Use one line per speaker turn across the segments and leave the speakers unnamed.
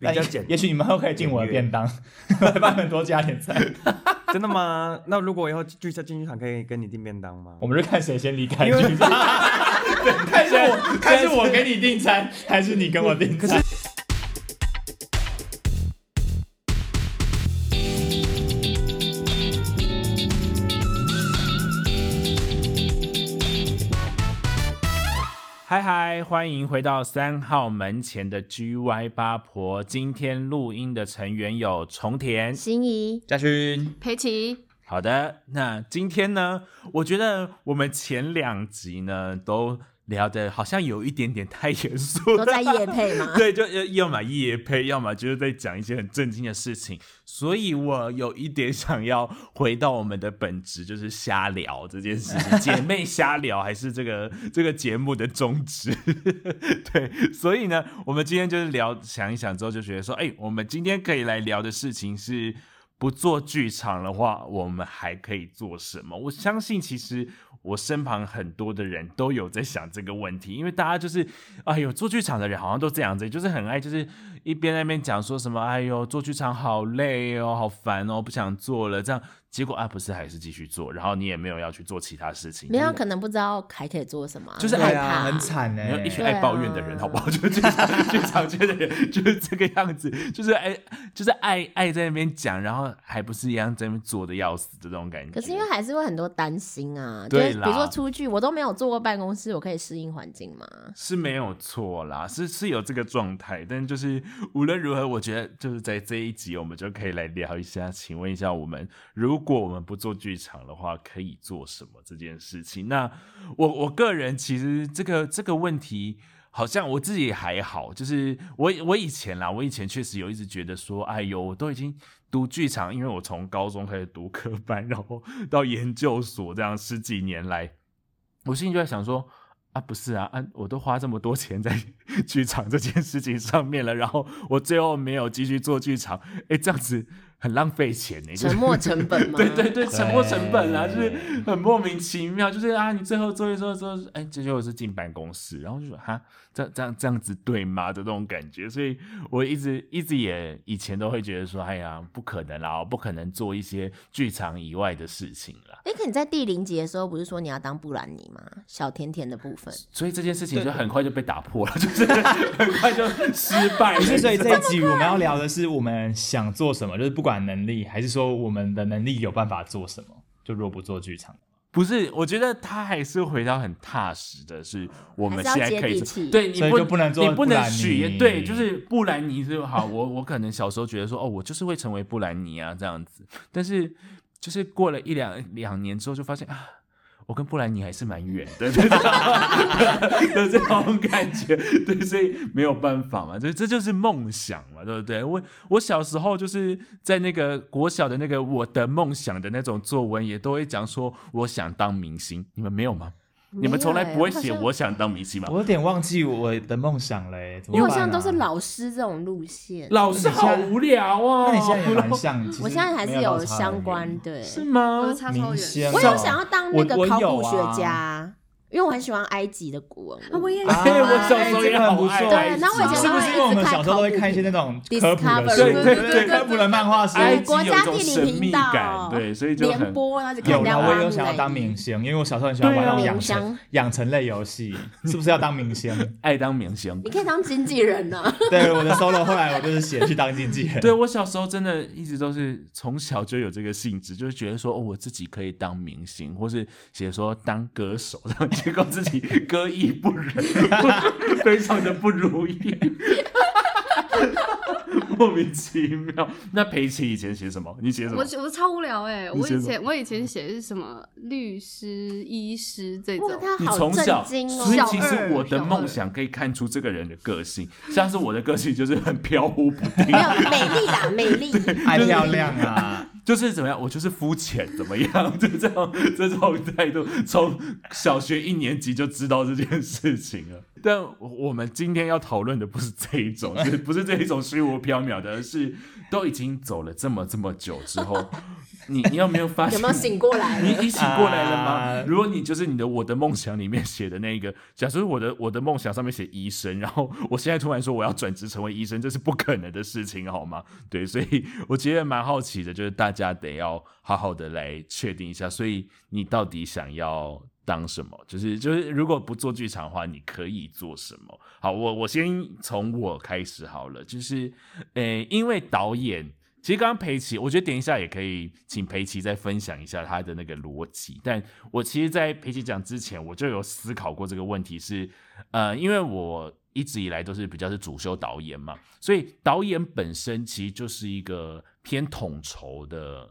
比
哎
哎
较简
也许你们后可以进我 的 便当，帮你们多加点菜。
真的吗？那如果以后剧社进剧场可以跟你订便当吗？
我们就看谁先离开
因为
剧场， 对看是我看是我给你订餐，还是你跟我订餐？
嗨嗨，欢迎回到三号门前的 GY 八婆。今天录音的成员有重田。
心仪、
嘉勋，
裴奇，
好的，那今天呢，我觉得我们前两集呢都聊的好像有一点点太严肃
都
了，
在夜配 吗？
对，就呃要要么夜配，要么就是在讲一些很震惊的事情，所以我有一点想要回到我们的本质，就是瞎聊这件事情，姐妹瞎聊还是这个这个节目的宗旨。对，所以呢，我们今天就是聊，想一想之后就觉得说，哎、我们今天可以来聊的事情是。不做剧场的话，我们还可以做什么？我相信，其实我身旁很多的人都有在想这个问题，因为大家就是，哎呦，做剧场的人好像都这样子，就是很爱，就是一边在那边讲说什么，哎呦，做剧场好累哦，好烦哦，不想做了，这样结果啊，不是还是继续做，然后你也没有要去做其他事情，
没有，
就是
可能不知道还可以做什么啊，
就是
害
对啊，
怕，
很惨
欸
呢
没有一。群
对
爱抱怨的人，
啊
好不 好？就是剧场剧场圈的人就是这个样子，就是爱就是爱爱在那边讲，然后还不是一样在那边做的要死的那种感觉。
可是因为还是会很多担心啊，就
对
是比
啦
如说出去，我都没有做过办公室，我可以适应环境吗？
是没有错啦，是是有这个状态，但就是无论如何，我觉得就是在这一集我们就可以来聊一下，请问一下我们，如果我们不做剧场的话，可以做什么这件事情？那我我个人其实这个这个问题。好像我自己也还好，就是我我以前啦，我以前确实有一直觉得说，哎呦，我都已经读剧场，因为我从高中开始读科班，然后 到研究所这样十几年来，我心里就在想说，啊，不是啊，啊，我都花这么多钱在 剧场这件事情上面了，然后我最后没有继续做剧场，哎，这样子很浪费钱呢、就是
沉没成 本吗？
对对对，沉没成本啊，
对
就是很莫名其妙，就是啊，你最后做一做做，哎，这就是进办公室，然后就说哈，这这样这样子对吗？的这种感觉，所以我一直一直也以前都会觉得说，哎呀，不可能啦，我不可能做一些剧场以外的事情啦。
哎，可你在第零集的时候不是说你要当布兰妮吗？小甜甜的部分，
所以这件事情就很快就被打破了，就是 很快就失败了。
不是，所以这一集我们要聊的是我们想做什么，就是不管能力，还是说我们的能力有办法做什么。就如果不做剧场，
不是，我觉得他还是回到很踏实的，是我们现
还是
在
要
可
接
以
地气
对你
所以
不
就不能做
你不
布
能
兰
许
妮
愿，对，就是布兰妮是好，我我可能小时候觉得说哦，我就是会成为布兰妮啊这样子，但是就是过了一两两年之后就发现啊。我跟布兰妮还是蛮远的， 就是的这种感觉，对，所以没有办法嘛，这这就是梦想嘛，对不对？我我小时候就是在那个国小的那个我的梦想的那种作文，也都会讲说我想当明星，你们没有吗？你们从来不会
没
写
有欸
我想当明星吗？
我有点忘记我的梦想了、欸，怎么
因为我
办
现在
啊
都是。老师这种路线，
老师好无聊哦。
那你现在也蛮像，其实
我现在还
没
是
有
有
到差很
相
远
关对。
是吗
我？差超
哦明
远。
星。
我有想要当那个
我我
考
有
古学
啊
家，因为我很喜欢埃及的古文物。
啊，我也有
啊
哎我小时候也好爱
哎这个很不错。
对啊那我以前
是
都
不
会
是
一
因
直
为我们
看
小时候都会
考古
看一些那
片
种科普的
Discovery
书，
对对对对
科普的漫画书？
埃及
国家
有一种
地
神
理
秘
频
感
道，
对所以就很
联播，然后就看
有
人家
啦，我也
挖
有
墓
想要
在
当
里
明星，因为我小时候很喜欢玩那种
对啊
养成
香
养成类游戏，是不是要当明星？
爱当明星
你。可以当经纪人啊呢、
对，我的 solo 后来我就是写去当经纪人。
对我小时候真的一直都是从小就有这个性质，就是觉得说、哦、我自己可以当明星，或是写说当歌手，然后结果自己歌艺不仁，非常的不如意， 莫名其妙。那裴奇以前写什么？你写什么
我？我超无聊哎、
你
我
写什
以
么
前我以前写的是什么律师、医师这
哇，
种，
他
你
好
从小，
震
所
惊哦！
以
小
其实
二
我的
小
梦
二
想可以看出这个人的个性，像是我的个性就是很飘忽不定，
没有美丽啦，美丽，
爱漂亮啊！
就是怎么样，我就是肤浅，怎么样，就这样这种态度，从小学一年级就知道这件事情了。 但我们今天要讨论的不是这一种，是不是这一种虚无缥缈的，而是都已经走了这么这么久之后，你你有没有发现？
有没有醒过来
你
了？
你醒过来了吗？
啊
如果你就是你的《我的梦想》里面写的那个，假设我的《我的梦想》上面写医生，然后我现在突然说我要转职成为医生，这是不可能的事情，好吗？对，所以我觉得蛮好奇的，就是大家得要好好的来确定一下，所以你到底想要当什么？就是就是，如果不做剧场的话，你可以做什么？好，我我先从我开始好了，就是，呃，因为导演。其实刚刚裴奇，我觉得点一下也可以，请裴奇再分享一下他的那个逻辑。但我其实，在裴奇讲之前，我就有思考过这个问题是，呃，因为我一直以来都是比较是主修导演嘛，所以导演本身其实就是一个偏统筹的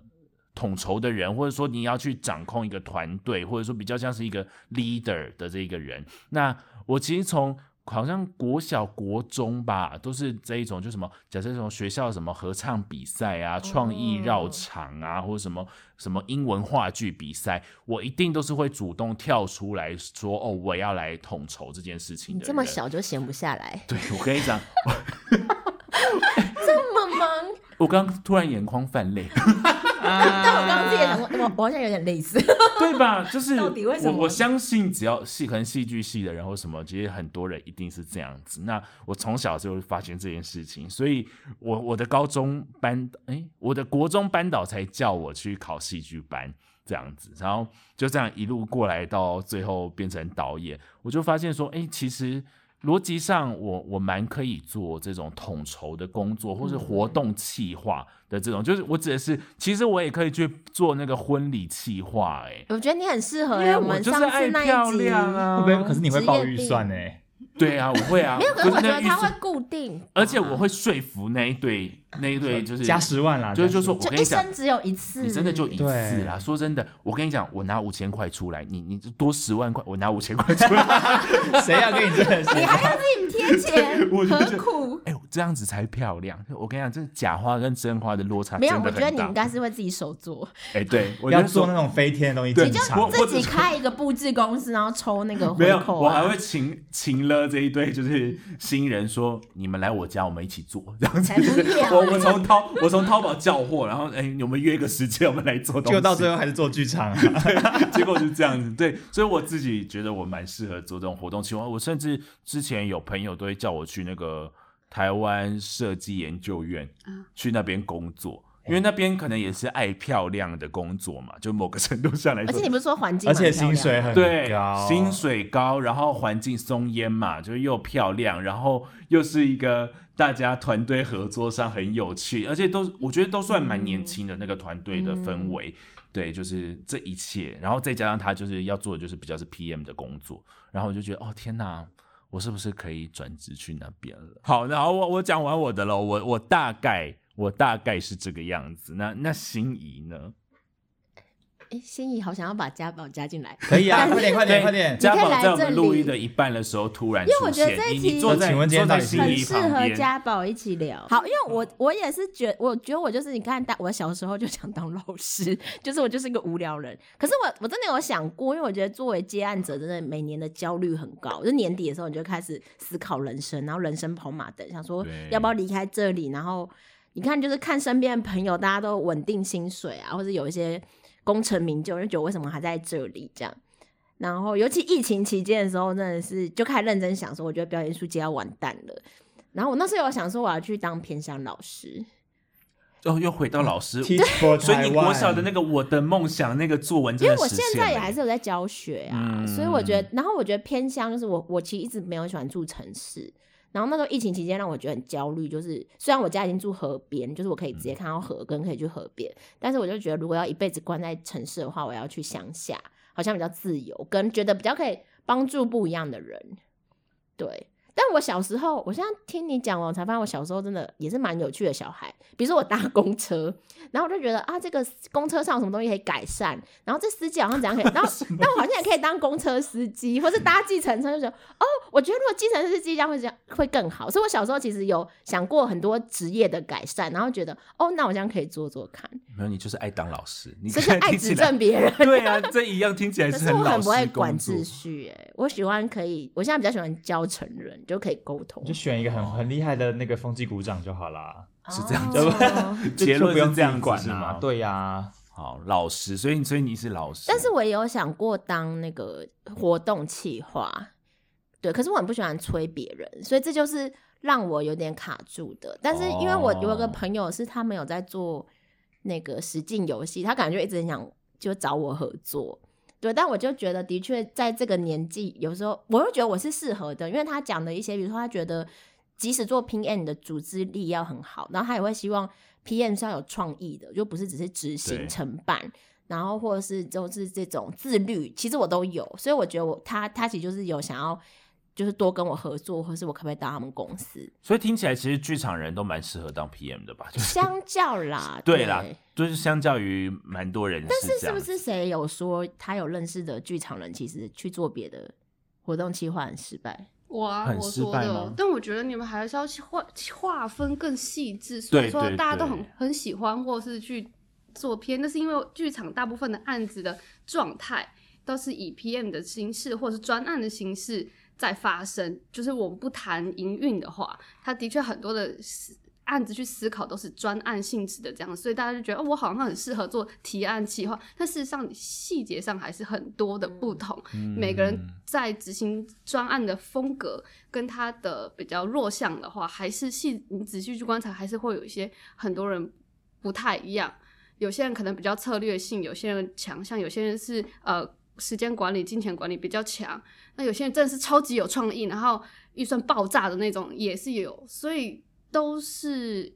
统筹的人，或者说你要去掌控一个团队，或者说比较像是一个 leader 的这一个人。那我其实从好像国小、国中吧，都是这一种，就什么，假设什么学校什么合唱比赛啊、创意
哦
绕场啊，或者什么什么英文话剧比赛，我一定都是会主动跳出来说，哦，我要来统筹这件事情
你
的。
这么，小就闲不下来，
对我跟你讲，
这么忙。
我刚刚突然眼眶泛 泪。
但我刚刚自
啊
己也想说，我我好像有点类似。
对吧？就是
到底为什么
我我相信，只要戏可能戏剧系的人或什么，其实很多人一定是这样子。那我从小就发现这件事情，所以我我的高中班，哎、我的国中班导才叫我去考戏剧班这样子，然后就这样一路过来到最后变成导演，我就发现说，哎、其实。逻辑上我我蛮可以做这种统筹的工
嗯
作，或是活动企划的这种，就是我指的是，其实我也可以去做那个婚礼企划、哎，
我觉得你很适合
因
哎，
为
我们
就
上
是爱
次那
漂
一集，
亮啊，
会不会？可是你会
职业
报预
病
算欸呢、
对啊，我会啊，
没有，可是我觉得
那预
它
算
会固定，
而且
嗯
我会说服那一对那一对就是
加十万啦，
就是
加
就
10
说
万
我
就
跟你
一
讲。
生只有一次，
你真的就一次
啊对
啦！说真的，我跟你讲，我拿五千块出来，你你多十万块，我拿五千块出 来，
谁要跟你 这个？
你还要自己贴
，
钱
我就觉
何
得
苦？
哎、呦，这样子才漂亮。我跟你讲，这假花跟真花的落差
没
啊真
有，
的
我
很大。
觉得你应该是会自己手做，
哎、对，我
要
就
做
说
那种飞天的东西，
对
正
就
常。
自己开一个布置公司，然后抽那个
没
回
有，
扣
我还
啊。
会请请了这一对就是新人说，你们来我家，我们一起做这样子
才。不
就是
要
我我从淘我从淘宝叫货，然后哎、我们约一个时间，我们来做东西。
就到最后还是做剧场、啊，
结果是这样子，对，所以我自己觉得我蛮适合做这种活动企划。我甚至之前有朋友都会叫我去那个台湾设计研究院
啊
去那边工作，因为那边可能也是爱漂亮的工作嘛，就某个程度上来
而且
说
你。不是说环境
而
蛮漂
且
亮的，
薪水很
对
高，，
薪水高，然后环境松烟嘛，就是又漂亮，然后又是一个大家团队合作上很有趣，而且都我觉得都算蛮年轻的那个团队的
嗯
氛围。对，就是这一切，然后再加上他就是要做的就是比较是 PM 的工作，然后我就觉得哦天哪，我是不是可以转职去那边了？好，然后我我讲完我的了，我我大概我大概是这个样子。那那心仪呢？
哎，心仪好想要把家宝加进来，
可以啊，快点快点快点！
家
你可
宝
以来
在我们
这
录
里
音的一半的时候突然
因为
出
我觉得
现，
这一
你你
题
坐在
请问今
坐
天到
在心
很
底是很
仪
适
旁
合
边，
家宝一起聊。
好，因为我我也是觉，我觉得我就是你看，大我小时候就想当老师，就是我就是一个无聊人。可是我我真的有想过，因为我觉得作为接案者，真的每年的焦虑很高。就年底的时候，你就开始思考人生，然后人生跑马灯，想说
对
要不要离开这里。然后你看，就是看身边的朋友，大家都稳定薪水啊，或者有一些功成名就，就觉得为什么还在这里这样。然后，尤其疫情期间的时候，真的是就开始认真想说，我觉得表演艺术界要完蛋了。然后我那时候有想说，我要去当偏乡老师，
哦，又回到老师。
Teach for
所以你
Taiwan
国小的那个我的梦想那个作文，
因为我现在也还是有在教学啊，
嗯
所以我觉得，然后我觉得偏乡就是我，我其实一直没有喜欢住城市。然后那时候疫情期间让我觉得很焦虑，就是虽然我家已经住河边，就是我可以
嗯
直接看到河跟可以去河边，但是我就觉得如果要一辈子关在城市的话，我要去乡下，好像比较自由，跟觉得比较可以帮助不一样的人。对，但我小时候，我现在听你讲完，我才发现我小时候真的也是蛮有趣的小孩。比如说我搭公车，然后我就觉得啊，这个公车上有什么东西可以改善，然后这司机好像怎 样可以，然后但我好像也可以当公车司机，或是搭计程车，就觉得哦，我觉得如果计程司机这样会这样会更好。所以我小时候其实有想过很多职业的改善，然后觉得哦，那我这样可以做做看，
没有，你就是爱当老师，你
就是爱
听起
指
来
正别人。
对啊，这一样听起来
可
很
我
老
很不会
师
管
工作
秩。序、欸，我喜欢可以，我现在比较喜欢教成人，就可以沟通
你就，选一个很很厉害的那个风纪鼓掌就好啦。
是这样
子。
就
结
就
论
不用
是
自
这
己
样子
管
是
啊
吗？
对呀、
好，老师，所以所以你是老师，
但是我也有想过当那个活动企划，对，可是我很不喜欢催别人，所以这就是让我有点卡住的。但是因为我有一个
哦
朋友是他们有在做那个实境游戏，他感觉一直很想就找我合作。对，但我就觉得，的确在这个年纪，有时候我又觉得我是适合的，因为他讲的一些，比如说他觉得，即使做 PM 你的组织力要很好，然后他也会希望 PM 是要有创意的，就不是只是执
对
行承办。然后或者是就是这种自律，其实我都有，所以我觉得我他他其实就是有想要，就是多跟我合作，或是我可不可以到他们公 司，
所以听起来其实剧场人都蛮适合当 PM 的吧？ 就是，
相较啦
对啦，就是相较于蛮多人
但是
这
是
样
不
子，
是谁有说他有认识的剧场人，其实去做别的活动计划很失败？
我啊，
很
我
失
说
败吗
的，但我觉得你们还是要去划划分更细致。虽然
对
说
对
大家都很
对
很喜欢或是去做片，但是因为剧场大部分的案子的状态都是以 PM 的形式或是专案的形式在发生。就是我们不谈营运的话，它的确很多的思案子去思考都是专案性质的这样，所以大家就觉得哦，我好像很适合做提案企划，但事实上你细节上还是很多的不同。
嗯
每个人在执行专案的风格跟他的比较弱项的话，还是细你仔细去观察，还是会有一些很多人不太一样。有些人可能比较策略性，有些人强项，有些人是呃时间管理、金钱管理比较强，那有些人真的是超级有创意，然后预算爆炸的那种也是有，所以都是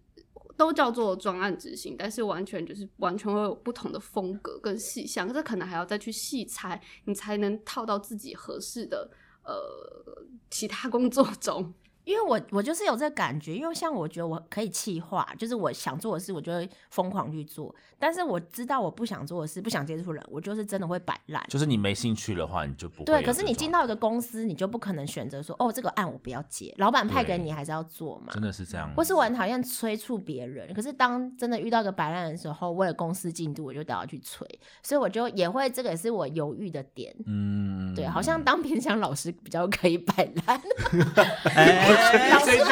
都叫做专案执行，但是完全就是完全会有不同的风格跟细项，这可能还要再去细猜，你才能套到自己合适的呃其他工作中。
因为我我就是有这感觉，因为像我觉得我可以气化，就是我想做的事，我就会疯狂去做。但是我知道我不想做的事，不想接触人，我就是真的会摆烂。
就是你没兴趣的话，你就不会
对，
有
可是
这
你
种
进到一个公司，你就不可能选择说，哦，这个案我不要接，老板派给
对
你还是要做嘛
真。的是这样，
或是我很讨厌催促别人，可是当真的遇到一个摆烂的时候，为了公司进度，我就得要去催，所以我就也会这个也是我犹豫的点。
嗯，
对，好像当偏向老师比较可以摆烂，
哎
老
这
师
句话听起来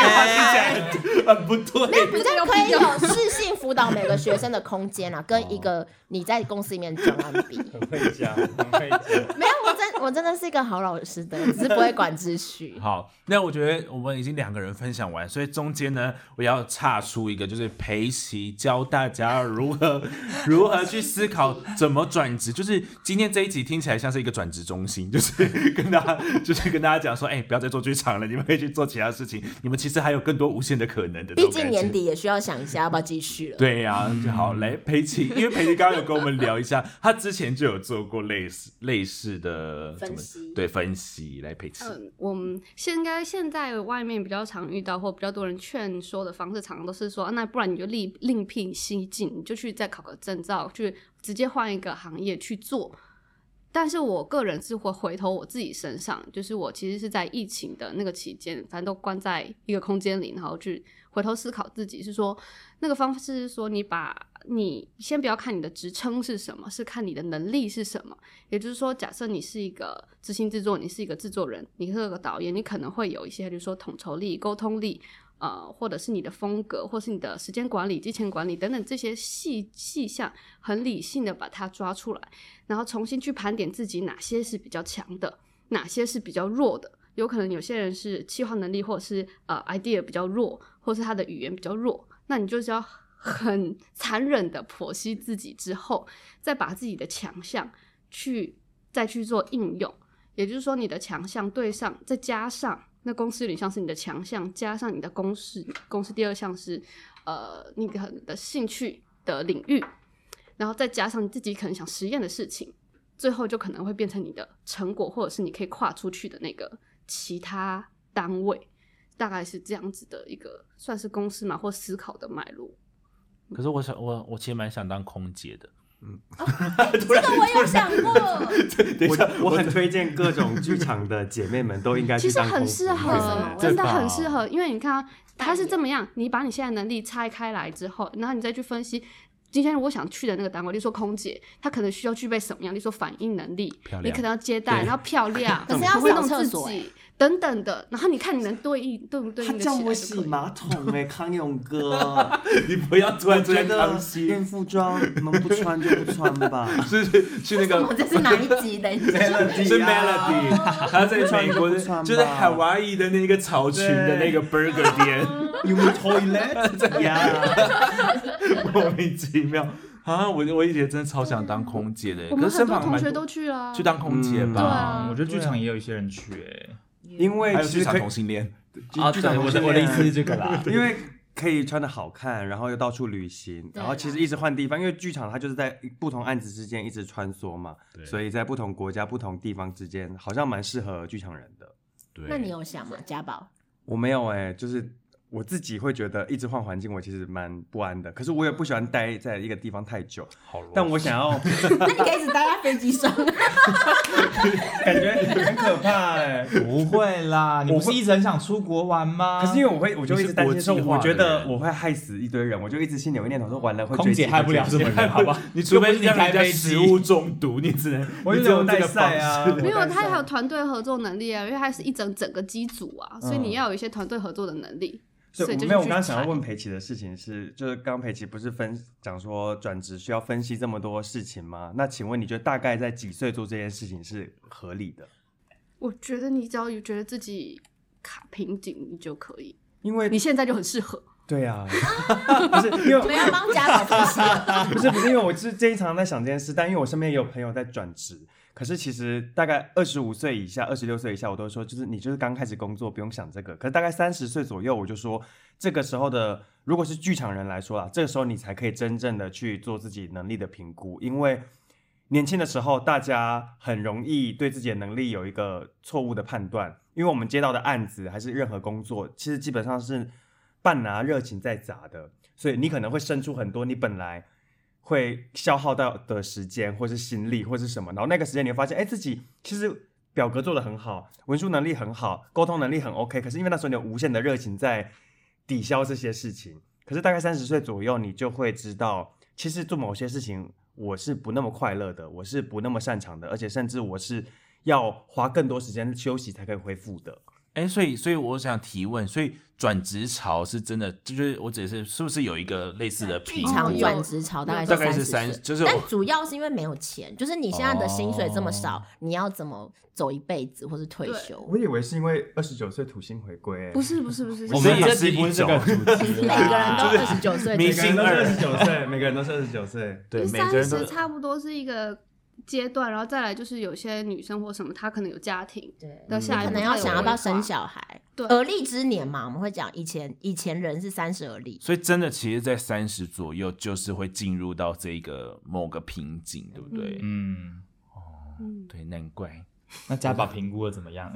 哎
很很不对，
比较可以有适性辅导每个学生的空间啊，跟一
哦
个你在公司里面的专案比。
很会讲，很 会讲。
没有，我真我真的是一个好老师的，只是不会管秩序。
好，那我觉得我们已经两个人分享完，所以中间呢，我要岔出一个，就是裴奇教大家如何如何去思考怎么转职。就是今天这一集听起来像是一个转职中心，就是 跟大家就是跟大家讲说，哎、不要再做剧场了，你们可以去做其他事情，你们其实还有更多无限的可能的。
毕竟年。底也需要想一下要不要继续了。
对呀、好，来裴奇，因为裴奇刚刚有跟我们聊一下，他之前就有做过类似类似的
分
怎么
析
对分析来裴奇，
嗯，我们现应该现在外面比较常遇到或比较多人劝说的方式，常常都是说，啊那不然你就另另辟蹊径，你就去再考个证照，去直接换一个行业去做。但是我个人是会回头我自己身上，就是我其实是在疫情的那个期间，反正都关在一个空间里，然后去回头思考自己，是说那个方式是说你把你先不要看你的职称是什么，是看你的能力是什么。也就是说，假设你是一个执行制作，你是一个制作人，你是个导演，你可能会有一些，比如说统筹力、沟通力，呃，或者是你的风格，或是你的时间管理、金钱管理等等这些细细项，很理性的把它抓出来，然后重新去盘点自己哪些是比较强的，哪些是比较弱的。有可能有些人是企划能力，或者是呃 idea 比较弱，或是他的语言比较弱，那你就是要很残忍的剖析自己之后，再把自己的强项去再去做应用。也就是说，你的强项对上，再加上那公司有点像是你的强项，加上你的公式，公式第二项是呃你可能的兴趣的领域，然后再加上你自己可能想实验的事情，最后就可能会变成你的成果，或者是你可以跨出去的那个其他单位，大概是这样子的一个算是公司嘛或思考的脉络。
可是我想，我我其实蛮想当空姐的。
这个我有想过，
等一下，
我我很推荐各种剧场的姐妹们都应该
其
去
实
当空
很
服
适
为
合
什么，
真的
对吧
很适合，因为你看啊，它是
演
这么样，你把你现在能力拆开来之后，然后你再去分析。今天我想去的那个单位，例如说空姐，她可能需要具备什么样？例如说反应能力
漂，亮
你可能要接待，
对
然后漂亮，
可是要
不会
扫
弄
厕
自
所欸
己，等等的，然后你看你能对应对不对
他
应的
叫
起
我
来就
洗
可以。
马桶哎、康永 哥，
你不要突
我
然出
觉
现
得
康熙，
恋父装你们不穿就不穿 吧。
是去那
我
个
这是哪一集？等一下，
是
啊
啊
Melody，他在美国的
不穿吧
就是海华裔的那个草裙的那个 burger 店，
You mean toilet? yeah.
莫名其妙啊！我我以前真的超想当空姐的，
我
可
们
是
很
身
多
旁
同
蛮
学
多
都去啊，
去当空姐
嗯
对
吧，
啊，我觉得剧场也有一些人去诶、
因为
还有
其
去
实
场
可以
同性恋。
欸。啊，
剧
对，
场
我的
同
我的意
性
思是
恋
这个啦。
因为可以穿的好看，然后又到处旅行，
啊
对
然后其实一直换地方，因为剧场它就是在不同案子之间一直穿梭嘛，
对
所以在不同国家、不同地方之间，好像蛮适合剧场人的。
对
那你有想吗？家宝，
我没有哎、就是我自己会觉得一直换环境，我其实蛮不安的。可是我也不喜欢待在一个地方太 久，
好啰
但我想 要
那你可以一直待在飞机上。
感觉 很可怕哎、
不会啦，你不是一直很想出国玩吗？
可是因为我会，我就一直担心说，
你是国
我
际化的
觉
人
得我会害死一堆人，我就一直心里有一念头说，完了会
空姐害不了
这
这么人，好不好？
你除非
又不是你
让
开
人家
飞机
食物中毒，你只能
我
你
就
只有
有
这
带
个
赛
方
啊
式，
没有，
我带
他还
赛
有团队合作能力啊，因为它是一整整个机组啊，所以
嗯
你要有一些团队合作的能力。
所以
所以
我
就
没有，
是
我
去
刚刚想要
查
问裴琪的事情是，就是刚刚裴琪不是分讲说转职需要分析这么多事情吗？那请问你觉得大概在几岁做这件事情是合理的？
我觉得你只要有觉得自己卡瓶颈，你就可以。
因为
你现在就很适合。
对啊， 不是因
我们
为
要帮家宝分析。
不是不是因为我是最近常常在想这件事，但因为我身边也有朋友在转职，可是其实大概二十五岁以下、二十六岁以下，我都说就是你就是刚开始工作，不用想这个。可是大概三十岁左右，我就说这个时候的，如果是剧场人来说啊，这个时候你才可以真正的去做自己能力的评估，因为。年轻的时候，大家很容易对自己的能力有一个错误的判断，因为我们接到的案子还是任何工作，其实基本上是半拿热情在砸的，所以你可能会生出很多你本来会消耗到的时间，或是心力，或是什么，然后那个时间你会发现，哎，自己其实表格做的很好，文书能力很好，沟通能力很 OK，可是因为那时候你有无限的热情在抵消这些事情，可是大概三十岁左右，你就会知道，其实做某些事情我是不那么快乐的，我是不那么擅长的，而且甚至我是要花更多时间休息才可以恢复的。
哎，所以，所以我想提问，所以转职潮是真的，就是我只是是不是有一个类似的
剧
评
场
估？啊
转职潮大概
大概是
三
三，就是
但
我
主要是因为没有钱，就是你现在的薪水这么少，你要怎么走一辈子或是退休？
我以为是因为二十九岁土星回归、
不是不是不是，
我
是
们
们
这
这
集
集
不
不
是
是
这
这
个
个
主题
每个人都
啦。
二十九岁，
明
这个
星二
九岁，每个人都是二十九岁。
对
就
每个
三
人都
十差不多是一个阶段，然后再来就是有些女生或什么，她可能有家庭，
对，
到下
嗯
一
可
步
能要
她有
想要不要生
规划
小呃孩。
对
而立之年嘛，我们会讲以前以前人是三十而立，
所以真的，其实，在三十左右，就是会进入到这个某个瓶颈，对不对？
嗯，
嗯，
对，难怪。
那家宝评估的怎么样？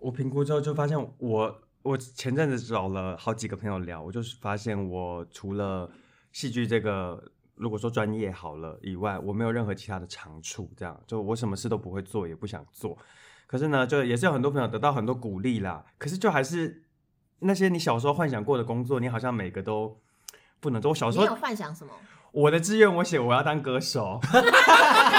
我评估之后就发现我，我前阵子找了好几个朋友聊，我就是发现我除了戏剧这个，如果说专业好了以外，我没有任何其他的长处，这样就我什么事都不会做，也不想做。可是呢，就也是有很多朋友得到很多鼓励啦。可是就还是那些你小时候幻想过的工作，你好像每个都不能做。我小
你
时
有
候
幻想什么？
我的志愿我写我要当歌手，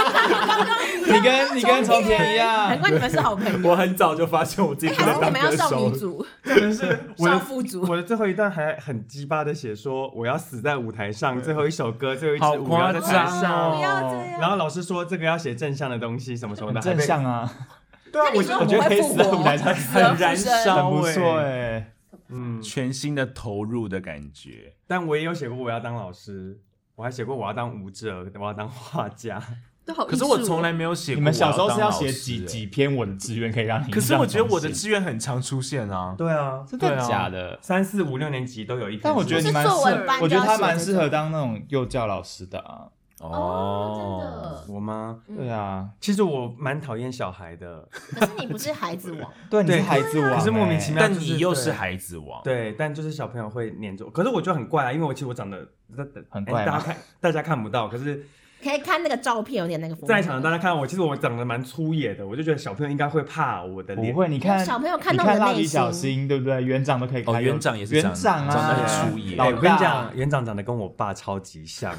你跟你跟从前一
难
样，
怪你们是好朋友。
我很早就发现我自己
哎，还是你们要少女组、
可能是我
少
的
妇组？
我的最后一段还很鸡巴的写说我要死在舞台上，最后一首歌，最后一
好
支舞要
夸
在台
张
上。
哦不要这样
然后老师说这个要写正向的东西，什么什么的，
很正向啊，
还被。对啊，
那
我
你说
就
我
我
觉
们
得可以
会复
死在舞台
活，
上，
死而
很
复
燃
生
烧欸
很不错哎。
嗯，
全新的投入的感觉。
但我也有写过我要当老师，我还写过我要当舞者，我要当画家。
都好艺术哦。
可是我从来没有写过。
你们小时候是
要
要
当
写
老师
几
欸？
几篇我的志愿可以让你？
可是我觉得我的志愿很常出现啊。
对啊，
真的
对啊
假的？
三四五六年级都有一篇。
但我觉得你蛮适
就是作文班，
我觉得他
就要写
蛮
这
适合当那种幼教老师的啊。
哦，
我吗？
真的。
对啊，
其实我蛮讨厌小孩的，
可是你不是孩子 王，
对，你是
对
孩子
啊
王欸，
可是莫名其妙，
但
就
你又是
对
孩子王，
对，但就是小朋友会黏着我，可是我觉得很怪啊，因为我其实我长得
很怪吗
哎大家看大家看不到，可是
可以看那个照片，有点那个风格
在场的大家看我，其实我长得蛮粗野的，我就觉得小朋友应该会怕我的
欸不
脸。
会，你看
小朋友看
你
到我的
看蜡
内
笔小
心
新，对不对？园长都可以
哦
看到，
园长也是
园
长
长啊，
长得很
粗
野
哎
老
我跟你
大
讲，，园长长得跟我爸超级像，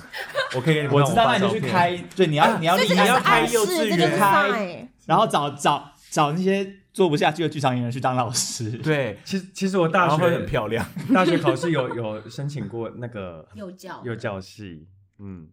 我可以给你们
我
看
知道，
爸
那你就
照
去
片
开，对，你要你要
啊所以这就
你
是
要
开
暗
开
示，
幼稚
这就
园
是
开
sign
然后找找找那些做不下去的剧场演员去当老师。
对，
其实其实我大
然后
学
会很漂亮。
大学考试有有申请过那个
幼教
幼教系，嗯，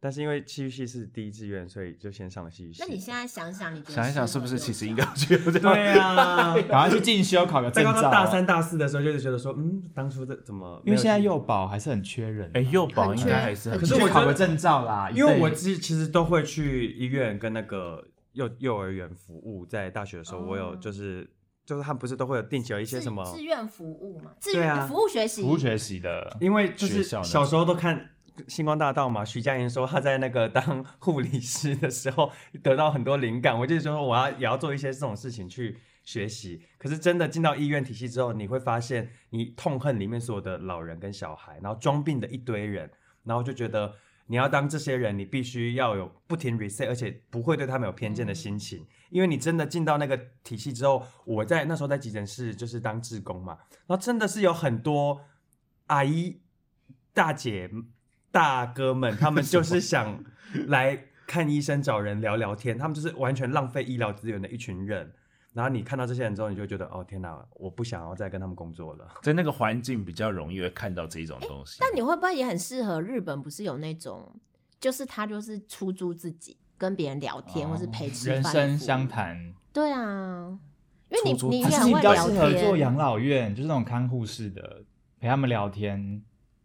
但是因为戏剧系是第一志愿，所以就先上了戏剧系。
那你现在想想，你觉得
想一想，
适
是
合
不是
幼
其实
教
应该去这 样？
对 啊，
赶快去进修考个
在
证
刚到
照。
大，三、大四的时候，就是觉得说，嗯，当初这怎么？
因为现在幼，保还是很缺人、
哎，幼保应该还是很
可是
去
我觉
考
得
个证照啦，
因为我其实其实都会去医院跟那个幼幼儿园服务，在大学的时候，我有
哦
就是就是他们不是都会有定期有一些
志
什么，
志愿服务嘛？志
对
愿、
啊
服务学习，
服务学习的，
因为就是
学校的
小时候都看。星光大道嘛，徐佳莹说她在那个当护理师的时候得到很多灵感，我就觉得我要也要做一些这种事情去学习。可是真的进到医院体系之后，你会发现你痛恨里面所有的老人跟小孩，然后装病的一堆人，然后就觉得你要当这些人，你必须要有不停 reset，而且不会对他们有偏见的心情，因为你真的进到那个体系之后，我在那时候在急诊室就是当志工嘛，然后真的是有很多阿姨、大姐、大哥们，他 们就是想来看医生找人聊聊天，他们就是完全浪费医疗资源的一群人。然后你看到这些人之后，你就觉得哦天哪，我不想要再跟他们工作了。
在那个环境比较容易会看到这种东西。
但你会不会也很适合日本？不是有那种，就是他就是出租自己跟别人聊天，
哦
或是陪吃
哦人
饭的服务，
生相谈，
对啊，因为你
出租
你也
还是
很
你
会
比较
聊
适合做
天
养，老院，就是那种看护式的，陪他们聊天，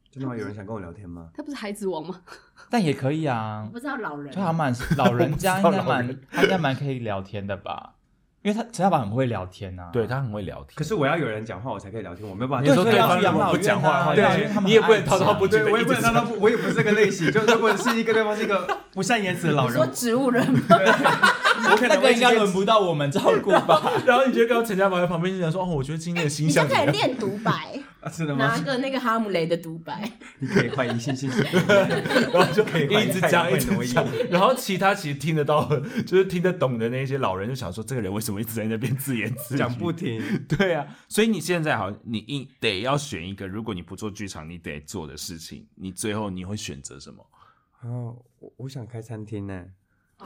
真的吗？有人想跟我聊天吗？
他不是孩子王吗？
但也可以啊
我，不知道老人
就还蛮老人家应
我不知
该
道老人
蛮他应该蛮可以聊天的吧，因为他陈小宝很会聊天啊，
对他很会聊天。
可是我要有人讲话，我才可以聊天，我没有办法。
你
对，
说
所以
对
要
方
去
如
养
果
老
不讲
院
话的
啊，
话
对啊，
对
因为他们
你也
很
不能
爱
滔滔
讲
不绝
对，我也不能当
到
到，我也不是这个类型。就如果是一个对方是一个不善言辞的老
你说
人，
植物人吗，
我可
啊那
能
个
会
应该轮不到我们照顾吧？
然后你就跟陈家宝在旁边就讲说：“哦，我觉得今天的
你
形
就
象怎
可
么
以
样
练独 白，
啊真的
拿
吗？
个那个哈姆雷的独白，
你可以换一性性 性，
然后就可以
可以
一直
换
讲
一
一
换挪
直
移
讲，然后其他其实听得到，就是听得懂的那些老人就想说，这个人为什么一直在那边自言自语？
讲不停。
对啊，所以你现在好，你一得要选一个，如果你不做剧场，你得做的事情，你最后你会选择什么？
哦，我我想开餐厅呢。
哦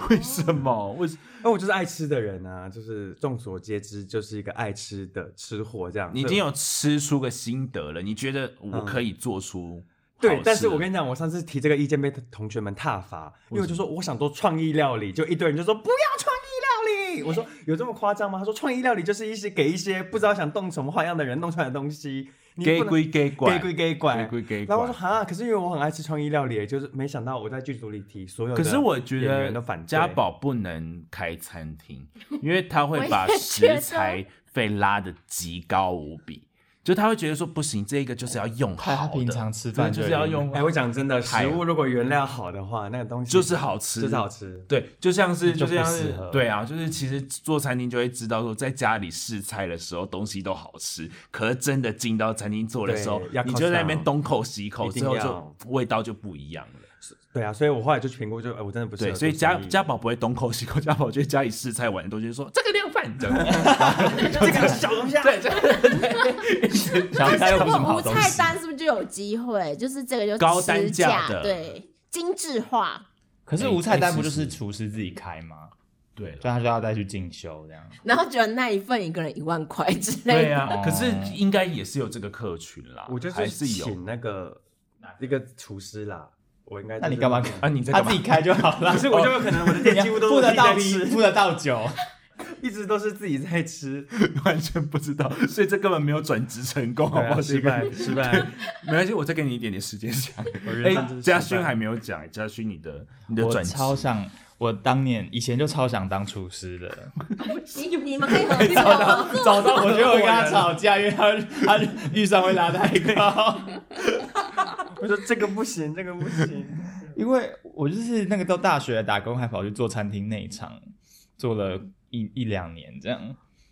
为什么？为什
那哦我就是爱吃的人啊，就是众所皆知，就是一个爱吃的吃货这样。
你已经有吃出个心得了？你觉得我
嗯
可以做出好事了？
对，但是我跟你讲，我上次提这个意见被同学们挞伐，因为我就说我想做创意料理，就一堆人就说不要创意料理。我说有这么夸张吗？他说创意料理就是一些给一些不知道想动什么花样的人弄出来的东西，你
给
不能
归给管，
给归给管，
给归给
然后我说
管。
哈，可是因为我很爱吃创意料理，就是没想到我在剧组里提所有的
可是我觉
演员都
得
反
家
对
宝不能开餐厅，因为他
我
会
也
把
觉
食
得
材费拉的极高无比，就他会觉得说不行，这个就是要用好
看
的，
他平常吃饭
对就是
就
要
已经
用
哎、我讲真的，
太
食物如果原料好的话，那个东西
就是好吃，
就是好吃。
对，就像是
就
就
不
像
适
是
合
对啊，就是其实做餐厅就会知道说，在家里试菜的时候东西都好吃，可是真的进到餐厅做的时候
对要，
你
靠
就在那
上
边东口西口，
一定
最后
要
就味道就不一样了。
对啊，所以我后来就去评估就，哎，我真的不是。
对，所以家家宝不会东口西口，家宝就会家里试菜完的东西就说这个量饭，这样
这个小龙虾，
对，这样
小龙虾又不是什么
我
好
无
东
菜
西。
单是不是就有机会？就是这个就
高
吃
单价
价
的
对，精致化。
可是无菜单不
哎
就是厨师自己开吗？
对啊
所以他就要再去进修这样。
然后觉得那一份一个人一万块之类
对
的，
啊，可是应该也是有这个客群啦，
我就
啊还
是
是有
请那个一个厨师啦，我应该。
那你干嘛？？
啊，你在
他
干嘛
自己开就好了。哦
可是我就有可能我的店几乎都是
付得到
自己
一，
在吃
付得到九，
一直都是自己在吃，
完全不知道，所以这根本没有转职成功，好不
对
哦
好？
啊失败失败。
没关系，我再给你一点点时间想。
我人生真
哎，
是
嘉
失败
勋还没有讲，哎嘉勋你的你的
我
转职
超想，我当年以前就超想当厨师的，
你你们可以合作吗。
找到我就会跟他吵架，因为他他预算会拉太高。
我说这个不行，这个不 行。
因为我就是那个到大学打工，还跑去做餐厅内场，做了一一两年这样。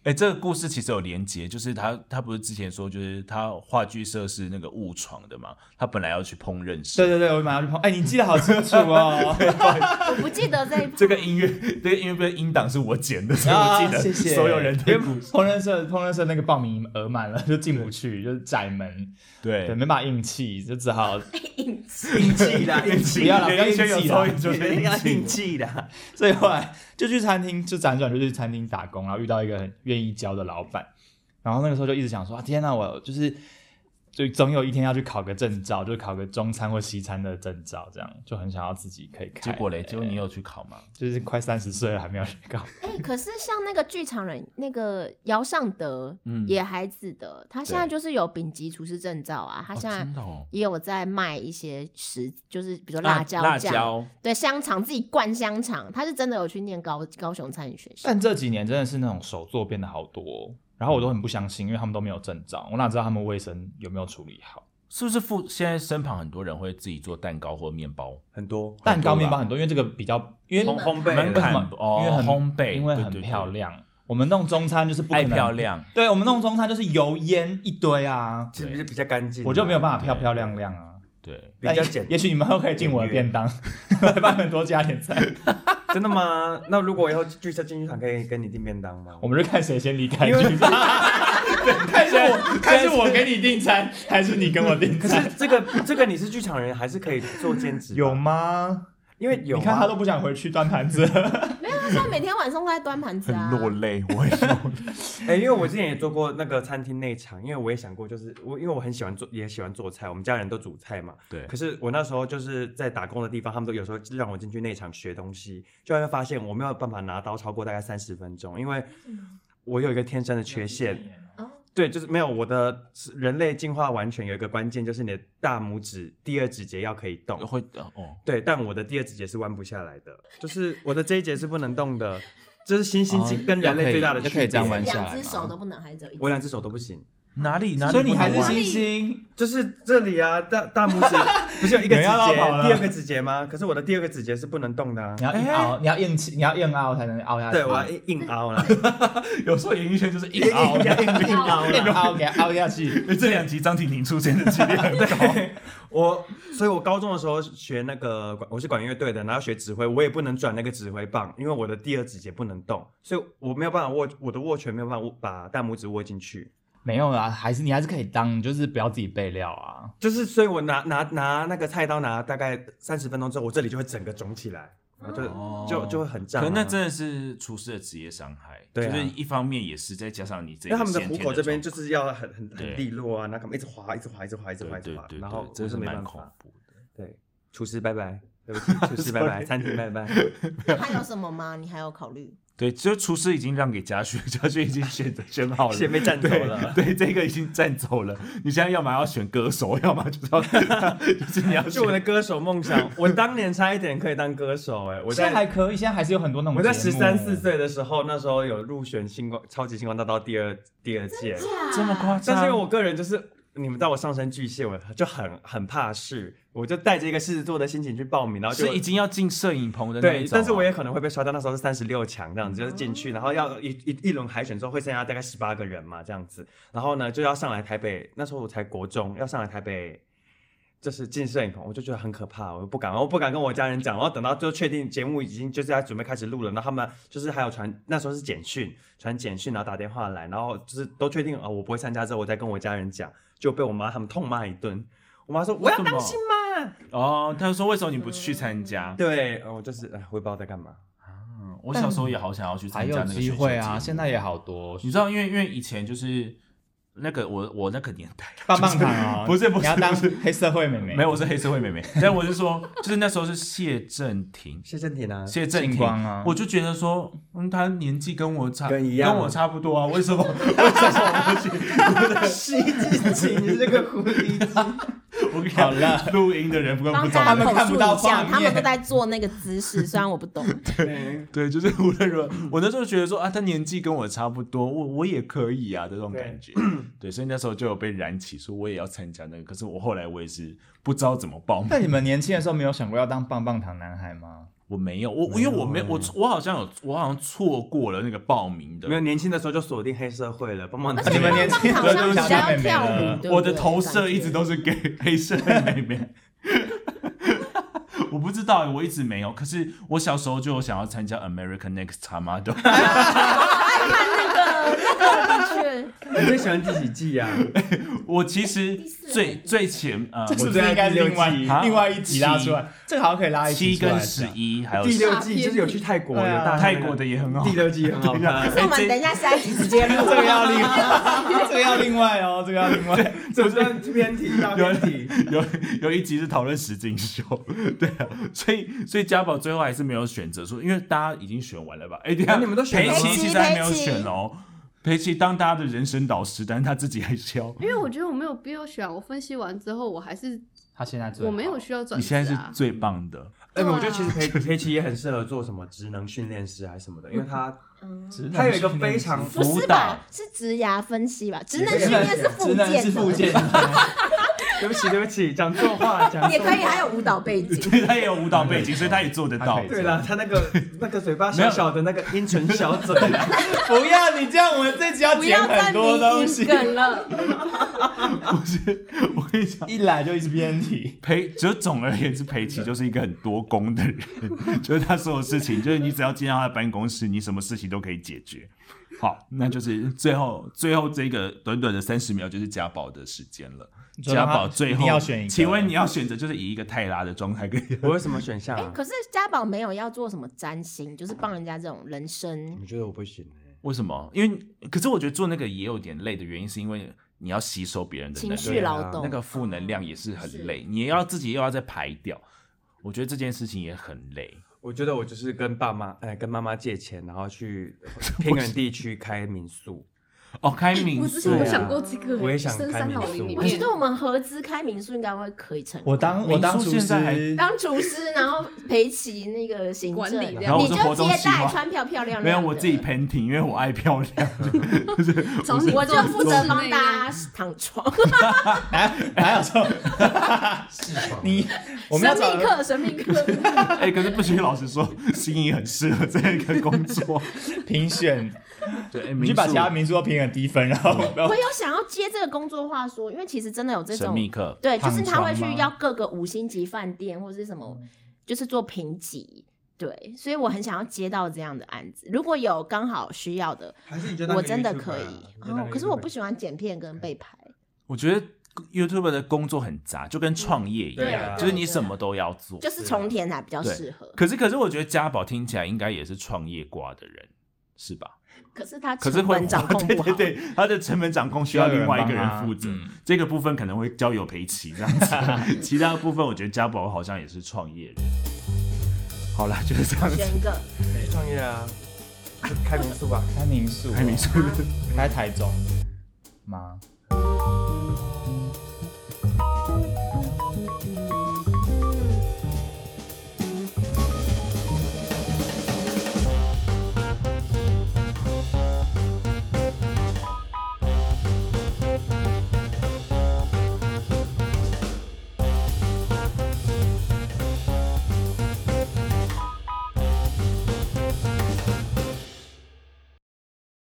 哎、这个故事其实有连结，就是他他不是之前说，就是他话剧社是那个误闯的嘛，他本来要去烹饪
对
社，
对对，我马上去碰。哎、你记得好清楚 哦。
我不记得这一
这个音乐这个音乐不是音档是我剪的，所以
啊
我记得
谢谢
所有人
因
的
为
故事。
烹饪社烹饪社那个报名额满了，就进不去，就是窄门，对，
对
没办法硬气，就只好
一硬气。
硬气啦，硬
不
气
要
啦，
啦不要
演艺
啊硬
圈有
气
时候
啦
也就是 硬
要
气
硬气啦。
所以后来就去餐厅，就辗转就去餐厅打工，然后遇到一个很愿意教的老板，然后那个时候就一直想说啊，天呐，我就是就总有一天要去考个证照，就是考个中餐或西餐的证照，这样就很想要自己可以开。
结果嘞，结果你有去考吗？
就是快三十岁了还没有去考，
哎、可是像那个剧场人，那个姚尚德，
嗯
野孩子的，他现在就是有丙级厨师证照啊，他
哦
现在
真的哦
也有在卖一些食，就是比如说
啊
辣椒
辣
酱、
椒，
对香肠自己灌香肠，他是真的有去念高高雄餐饮学校。
但这几年真的是那种手作变得好多哦、然后我都很不相信，因为他们都没有证照，我哪知道他们卫生有没有处理 好？
是不是附现在身旁很多人会自己做蛋糕或面包？
很多
蛋糕、
很多吧
面包很多，因为这个比较，因为
烘烘焙
门
为什
槛
么？
哦
因为很
烘焙
因为
对
很
对对
漂亮。我们弄中餐就是不可
爱
能
漂，亮，
对我们弄中餐就是油烟一堆啊，
其实比较干净啊，
我就没有办法漂漂亮亮啊。
对，
比较简
也许你们都可以进我的便当，帮你们多加点菜。
真的吗？那如果以后剧社进剧场，可以跟你订便当吗
我？们就看谁先离开
因为
剧场，看是我看是我给你订餐，还是你跟我订
可
餐？
是这个这个你是剧场人，还是可以做兼职？
有，吗？
因为有
你看他
啊，
都不想回去端盘子，
没有，啊，现在每天晚上都在端盘子啊。
泪，我也
哎，因为我之前也做过那个餐厅内场，因为我也想过，就是我因为我很喜欢做，也喜欢做菜，我们家人都煮菜嘛。
对
可是我那时候就是在打工的地方，他们都有时候让我进去内场学东西，就会发现我没有办法拿刀超过大概三十分钟，因为
嗯
我有一个天生的缺陷，
哦
对，就是没有我的人类进化完全有一个关键，就是你的大拇指第二指节要可以动。
会哦，
对，但我的第二指节是弯不下来的，就是我的这一节是不能动的，这是新兴
哦
跟人类最大的
要
区
可
别。
以这样弯下
两
来
只
吗
手都不能，还是只有一只
我？两只手都不行，
哪里哪里不能玩？啊
所以你还是
新
星星。
就是这里啊，大大拇 指不是有一个指
你要
节
绕跑，了嗯
第二个指节吗？可是我的第二个指节是不能动的啊
你。要硬凹，你要硬气，你要硬凹才能凹下去。
对，我要硬硬凹 了。
有时候演艺圈就是硬凹，
硬凹
硬凹给它凹下去。
这两集张婷婷出现的几率很高。
我，所以我高中的时候学那个管，我是管乐队的，然后学指挥，我也不能转那个指挥棒，因为我的第二指节不能动，所以我没有办法握我的握拳，没有办法握把大拇指握进去。
没有啦，还是你还是可以当，你就是不要自己备料啊。
就是，所以我拿拿拿那个菜刀拿大概三十分钟之后，我这里就会整个肿起来，然后就、
哦
就就会很胀、
可
啊。
能那真的是厨师的职业伤害，
对啊
就是一方面也是再加上你这
因为
个
他们的
先
虎
天
口这边就
状
是要很很
对
很利落啊，然后他们一直滑，一直滑，一直滑，一直滑，
况
一直
对
滑
对，对，
然后
真
我
是
是没
蛮
办
恐
法。
怖的。
对，厨师拜拜，对不起，厨师拜拜，餐厅拜 拜。
还有什么吗？你还有考虑？
对，就厨师已经让给家轩，家轩已经选择选好了，
先被占走了
对。对，这个已经占走了。你现在要么要选歌手，要么就是要 就是你要
就
选
我的歌手梦想，我当年差一点可以当歌手哎、我
现在还
在
可以，现在还是有很多那种。
我在十三四，岁的时候，那时候有入选星光超级星光大道第二第二届，
啊
这么夸张，
但是因为我个人就是你们知道我上升巨蟹，我就很很怕事，我就带着一个狮子座的心情去报名，然后就是
已经要进摄影棚的那一
对，
种啊
但是我也可能会被刷掉。那时候是三十六强这样子，就是进去，然后要一一一轮海选之后会剩下大概十八个人嘛这样子，然后呢就要上来台北，那时候我才国中，要上来台北。就是进摄影棚，我就觉得很可怕，我不敢，我不敢跟我家人讲。然后等到就确定节目已经就是要准备开始录了，然后他们就是还有传，那时候是简讯，传简讯，然后打电话来，然后就是都确定啊、我不会参加之后，我再跟我家人讲，就被我妈他们痛骂一顿。我妈说我要
为什么
当新妈，
哦，他就说为什么你不去参加？
对，呃我就是哎，我也不知道在干嘛。
嗯我小时候也好想要去
还
参加
有
那个
机
选秀
会
节
啊！
目
现在也好多
你知道，因为因为以前就是那个我我那个年代，
棒棒糖啊，
不是不是
你要当
不是
黑社会妹妹，
没有我是黑社会妹妹，但我是说，就是那时候是谢震廷，
谢正廷啊，
谢震
星
廷
光啊
我就觉得说，嗯，他年纪跟我差
跟一样
跟我差不多啊，为什么
是一只鸡，你这个狐狸精。
我跟
好了
录音的人不跟不
啊帮
懂
大
的
家
们
口
看
述一
不到
下，
画面
他们都在做那个姿势，虽然我不 懂。
对，就是无论如何，我那时候觉得说啊，他年纪跟我差不多，我我也可以啊，这种感觉。对，所以那时候就有被燃起，说我也要参加那个。可是我后来我也是不知道怎么报名，
那你们年轻的时候没有想过要当棒棒糖男孩吗？
我没有，我因为我没我我好像有我好像错过了那个报名的
没。有年轻的时候就锁定黑社会了，帮忙
啊你们年轻的
好
时
像
候就
比
想
较
当
要
妹妹
跳
了
舞，。对不
呃我的
对
投射一直
感觉
都是给黑社会妹妹。 我不知道欸，我一直没有。可是我小时候就有想要参加 American Next Top Model，
看那个那个的确，
你最喜欢第几季啊？
我其实
第四
最
名
最前呃，
这是
我
不是应该是另外
我在第六季
啊
另外一集拉出来？这个好像可以拉一集
七
出来
跟十一还有
第六
大
季
片
就是有去泰国，有啊
对啊
大
泰国的也很好
第。六季也很 好看，
那我们等一下下一集直接录
哎 这个要另外，这个要另外哦，这个要另外。
这不算偏题大偏题。
有有一集是讨论石进秀， 对啊，所以所以家宝最后还是没有选择说，因为大家已经选完了吧？哎、等一下
啊你们都选
裴
了吗
奇其实还没有选哦，裴奇当大家的人生导师，但是他自己还是要。
因为我觉得我没有必要选，啊我分析完之后，我还是
他现在最
我没有需要转
你
职
现在是
啊。
最棒的，
哎，
对啊
我觉得其实裴裴奇也很适合做什么职能训练师还是什么的，因为他
直
他
男
有一个
训练
非
师
常
不
辅
是
导
吧？是职涯分析吧？职
也
能
可以
训练是附
直男
件
是附
的，
件，
对不起对不起，讲错话讲错话。
也可以，还有舞蹈背景。
对他也有舞蹈背景，所以他也做得到
他可。以
对啦，他那个那个嘴巴
没
小
有
小的那个阴唇小嘴，啊
不要你这样，我们这集要
不
剪
要再
很
迷
多东
音
西，
梗了，
不是，我跟你讲。
一来就一直偏题。
裴，就总而言之，裴奇就是一个很多功的人， 就是他所有事情，就是你只要进到他的办公室，你什么事情都可以解决。好，那就是最后最后这个短短的三十秒就是家宝的时间了。
说他
家宝最
一
后
定要选一个
请问你要选择就是以一个泰拉的状态跟
我有什么选项啊？
哎可是家宝没有要做什么占星，就是帮人家这种人生
嗯
我觉得我不行欸
为什么？因为可是我觉得做那个也有点累的原因，是因为你要吸收别人的能
情
量
绪劳
啊
动。
那个负能量也是很
是
累，你也要自己又要再排掉。我觉得这件事情也很累。
我觉得我就是跟爸妈，哎、跟妈妈借钱，然后去偏远地区开民宿。
哦，开
我
哎
民
之
宿
前有
对啊
想过这个，
我也想
深
看
山
民
老
宿
林里
嗯
我觉
面
得，我们合资开民宿应该会可以成功。
我当我
民
当
宿
厨
现在
师，
当厨师，然后陪骑那个行
管
政，
理这
你
样
然后我
就是
活动
接
计
待
划
穿漂漂亮亮
没
的。
有，我自己 painting，因为我爱漂亮。
找你
我就
做
负责
室
帮
内
大家躺床，
还还有 说，你我们要
神
找
秘客，神秘 客。
哎、可是不许老实说，心仪很适合这个工作。
评选，
对，哎
你
民嗯
去把其他
宿
民宿都评很低分，然后然
我
后
有想要接这个工作话说，因为其实真的有这
神
种
秘客，
对，就是他会
躺床
去
吗
要各个五星级饭店或是什么，就是做评级。对，所以我很想要接到这样的案子，如果有刚好需要的，
还是你觉
我真的可以。哦，可是我不喜欢剪片跟被拍。
我觉得 YouTube 的工作很杂，就跟创业一
对
样，
啊
就是你什么都要做。
就是从田才比较
对
适合。
可是，可是我觉得家宝听起来应该也是创业挂的人，是吧？
可是他
可是
成
会
本掌控
对
不好
对，对，他的成本掌控需要另外一个人负责
需要有人帮他嗯，
这个部分可能会交由裴奇这样子。 其他的部分，我觉得家宝好像也是创业人。好啦，就是这样子。
选一个。
创业啊，就开民宿吧。
开民宿，
开民宿，
开台中吗？